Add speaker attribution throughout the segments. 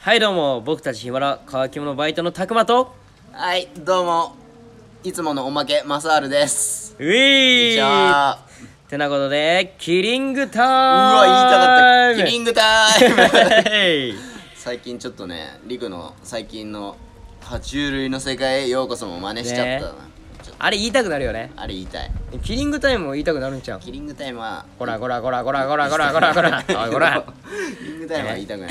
Speaker 1: はいどうも僕たちヒマラ乾き物バイトのたくまと
Speaker 2: はい、どうも。いつものおまけ、マサールです。
Speaker 1: ウィ
Speaker 2: じ
Speaker 1: ー
Speaker 2: ゃあ、
Speaker 1: てなことでキリングタ
Speaker 2: うわ、言いたか
Speaker 1: イ
Speaker 2: っ
Speaker 1: ム
Speaker 2: た。キリングタイム
Speaker 1: イ ム
Speaker 2: 最近ちょっとね、リクの最近の爬虫類の世界へようこそも真似しちゃったな。ちょっと
Speaker 1: あれ言いたくなるよね
Speaker 2: あれ言いたい。
Speaker 1: キリングタイムも言いたくなるんちゃう
Speaker 2: キリングタイムは、
Speaker 1: こらこらこらこらこらこらこらこら おいこら
Speaker 2: キリングタイムは言いたくない。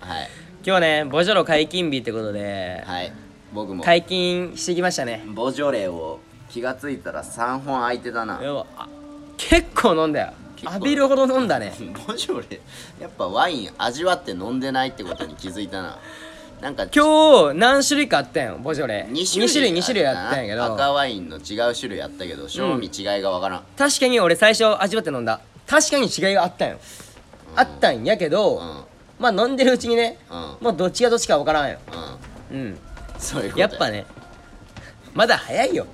Speaker 2: はい、
Speaker 1: 今日ねボジョロ解禁日ってことで
Speaker 2: はい、僕も。
Speaker 1: 解禁してきましたね
Speaker 2: ボジョレーを気がついたら3本空いてたな。
Speaker 1: 要はあ結構飲んだよ
Speaker 2: 結構
Speaker 1: 浴びるほど飲んだね
Speaker 2: ボジョレーやっぱワイン味わって飲んでないってことに気づいたななんか
Speaker 1: 今日何種類かあったんよボジョレ
Speaker 2: 2
Speaker 1: 2種類2種類あったんやけど
Speaker 2: 赤ワインの違う種類あったけど賞味違いがわからん、
Speaker 1: 確かに俺最初味わって飲んだ確かに違いがあったんよ、あったんやけど、
Speaker 2: うんうん
Speaker 1: まあ飲んでるうちにね、
Speaker 2: う
Speaker 1: もうどっちがどっちか分からんようん
Speaker 2: そういうこと
Speaker 1: やっぱねまだ早いよ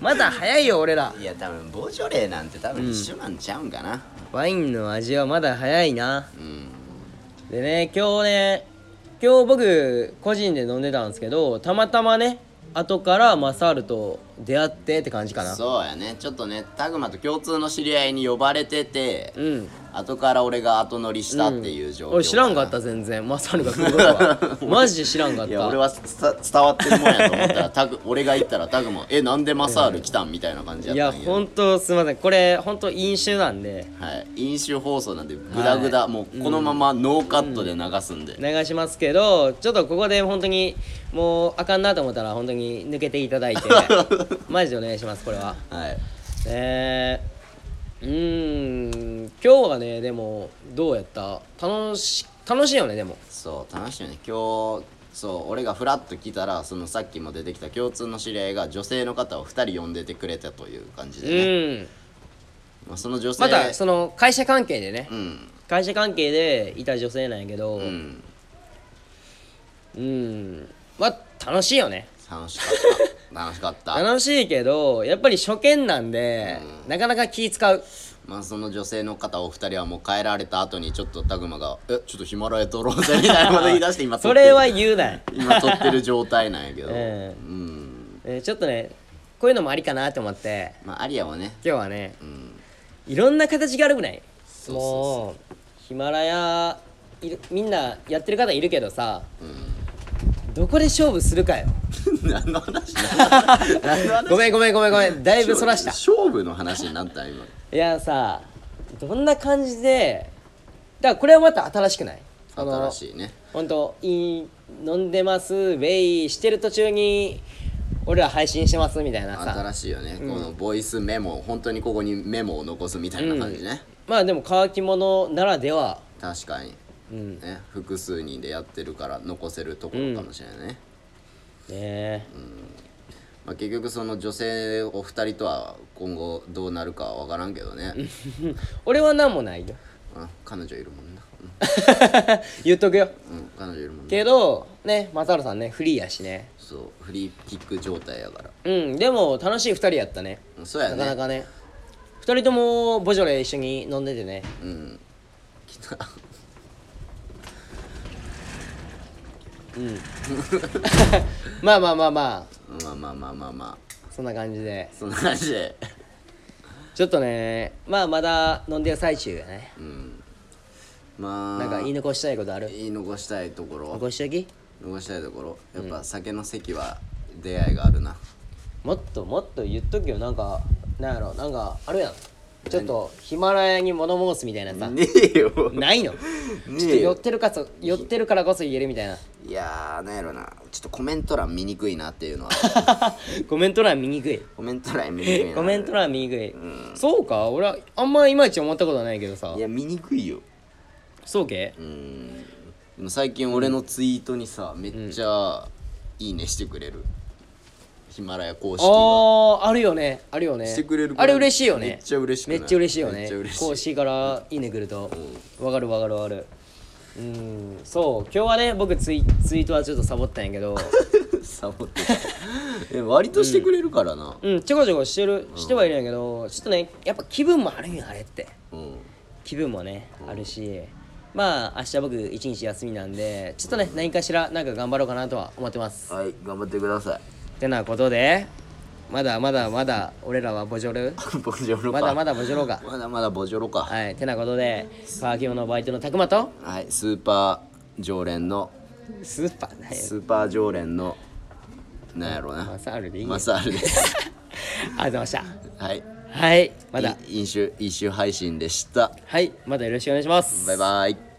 Speaker 1: まだ早いよ俺ら
Speaker 2: いや多分ボジョレーなんて多分一緒なんちゃうんかな
Speaker 1: ワインの味はまだ早いな
Speaker 2: うん、
Speaker 1: でね今日ね今日僕個人で飲んでたんですけどたまたまね後からマサールと出会ってって感じかな
Speaker 2: そうやねちょっとねタグマと共通の知り合いに呼ばれてて、
Speaker 1: うん
Speaker 2: 後から俺が後乗りしたっていう状況、
Speaker 1: 俺知らんかった全然マサールが来ること はマジで知らんかっ
Speaker 2: いや
Speaker 1: た
Speaker 2: 俺は伝 伝わってるもんやと思ったらタグ俺が行ったらタグも「えなんでマサール来たん?」みたいな感じ
Speaker 1: い
Speaker 2: や
Speaker 1: や
Speaker 2: ったんやけど
Speaker 1: 本当すみませんこれ本当飲酒なんで
Speaker 2: はい飲酒放送なんでグダグダ、もうこのままノーカットで流すんで、
Speaker 1: 流しますけどちょっとここで本当にもうあかんなと思ったら本当に抜けていただ いてマジでお願いしますこれは
Speaker 2: はい
Speaker 1: えー、うーん今日はねでもどうやった楽し楽しいよねでも
Speaker 2: そう楽しいよね今日そう俺がフラッと来たらそのさっきも出てきた共通の知り合いが女性の方を2人呼んでてくれたという感じ
Speaker 1: う
Speaker 2: でね、
Speaker 1: ん
Speaker 2: まあ、その女性
Speaker 1: またその会社関係でね
Speaker 2: うん
Speaker 1: 会社関係でいた女性なんやけど
Speaker 2: う
Speaker 1: うん
Speaker 2: ん
Speaker 1: んまあ楽しいよね
Speaker 2: 楽しかった楽し かった
Speaker 1: 楽しいけどやっぱり初見なんで、なかなか気使う
Speaker 2: まあその女性の方お二人はもう帰られた後にちょっとタグマが「えちょっとヒマラヤ撮ろうぜ」みたいなこと言い出して今撮
Speaker 1: そ
Speaker 2: ってる
Speaker 1: れは言うなよ、
Speaker 2: 今撮ってる状態なんやけど、
Speaker 1: え
Speaker 2: うん
Speaker 1: えーちょっとねこういうのもありかなと思って
Speaker 2: まあアリアはね
Speaker 1: 今日はね
Speaker 2: うん
Speaker 1: いろんな形があるくない
Speaker 2: そうそ
Speaker 1: もうヒマラヤいるみんなやってる方いるけどさ、どこで勝負するかよ
Speaker 2: 何の話
Speaker 1: ごめんごめんごめんご めんだいぶそらした
Speaker 2: 勝負の話になった今
Speaker 1: いやさどんな感じでだからこれはまた新しくないあの
Speaker 2: 新しいね
Speaker 1: 本当いい飲んでますウェイしてる途中に俺ら配信してますみたいなさ
Speaker 2: 新しいよね、このボイスメモ本当にここにメモを残すみたいな感じね、
Speaker 1: まあでも乾き物ならでは
Speaker 2: 確かに、
Speaker 1: うんね
Speaker 2: ね、複数人でやってるから残せるところかもしれないね、
Speaker 1: え
Speaker 2: まあ、結局その女性お二人とは今後どうなるかは分からんけ どね、
Speaker 1: 俺は何もないよ
Speaker 2: うん、彼女いるもんな、
Speaker 1: 言っとくよ
Speaker 2: うんうん彼女いるもんな
Speaker 1: けどねマサルさんねフリーやしね
Speaker 2: そうフリーキック状態やから
Speaker 1: うんでも楽しい2人やったね
Speaker 2: うんそうや
Speaker 1: な
Speaker 2: ね
Speaker 1: かなかね2人ともボジョレ一緒に飲んでてね
Speaker 2: うん来た
Speaker 1: まあまあまあまあ
Speaker 2: まあまあまあまあまあ
Speaker 1: そんな感じで
Speaker 2: そんな感じで
Speaker 1: ちょっとねまあまだ飲んでる最中やね
Speaker 2: うんまあ
Speaker 1: なんか言い残したいことある
Speaker 2: 言い残したいところ
Speaker 1: 残しとき
Speaker 2: 残したいところやっぱ酒の席は出会いがあるな、
Speaker 1: もっともっと言っとけよなんかなんやろなんかあるやんちょっとヒマラヤに物申すみたいなさ
Speaker 2: ねえ よ
Speaker 1: ないのちょっと寄ってるかそ寄ってるからこそ言えるみたいない
Speaker 2: やーなんやろなちょっとコメント欄見にくいなってい うのは
Speaker 1: コメント欄見にくい
Speaker 2: コメント欄見にくいな
Speaker 1: コメント欄見にくい、そうか俺はあんまいまいち思ったことないけどさ
Speaker 2: いや見にくいよ
Speaker 1: そうけ、
Speaker 2: うんでも最近俺のツイートにさめっちゃいいねしてくれる、ヒマラヤ公式が
Speaker 1: あああるよねあるよね
Speaker 2: してくれるから
Speaker 1: あれ嬉しいよね
Speaker 2: めっちゃ嬉しく
Speaker 1: め
Speaker 2: ない
Speaker 1: っちゃ嬉しいよね
Speaker 2: めっちゃ嬉しい
Speaker 1: 公式からいいねくるとわかるわかるわかるうんそう今日はね僕ツイツイートはちょっとサボったんやけ ど
Speaker 2: サボってた え割としてくれるからな
Speaker 1: うんちょこちょこしてるしてはいるんやけどちょっとねやっぱ気分もあるんやあれって
Speaker 2: うん
Speaker 1: 気分もねあるしまあ明日僕一日休みなんでちょっとね何かしらなんか頑張ろうかなとは思ってます
Speaker 2: はい頑張ってください
Speaker 1: てなことでまだまだまだ俺らはボジョル
Speaker 2: ボジョロか
Speaker 1: まだまだボジョロか
Speaker 2: まだまだボジョロかはい、
Speaker 1: はいてなことでパーキオのバイトのたくまと
Speaker 2: スーパー常連の
Speaker 1: スーパーね
Speaker 2: スーパー常連のなんやろうな
Speaker 1: マサールでいいよ
Speaker 2: マ
Speaker 1: あり
Speaker 2: サールです
Speaker 1: がとうございました
Speaker 2: はい
Speaker 1: はいまだ
Speaker 2: い飲酒飲酒配信でした
Speaker 1: はいまだよろしくお願いします
Speaker 2: バイバイ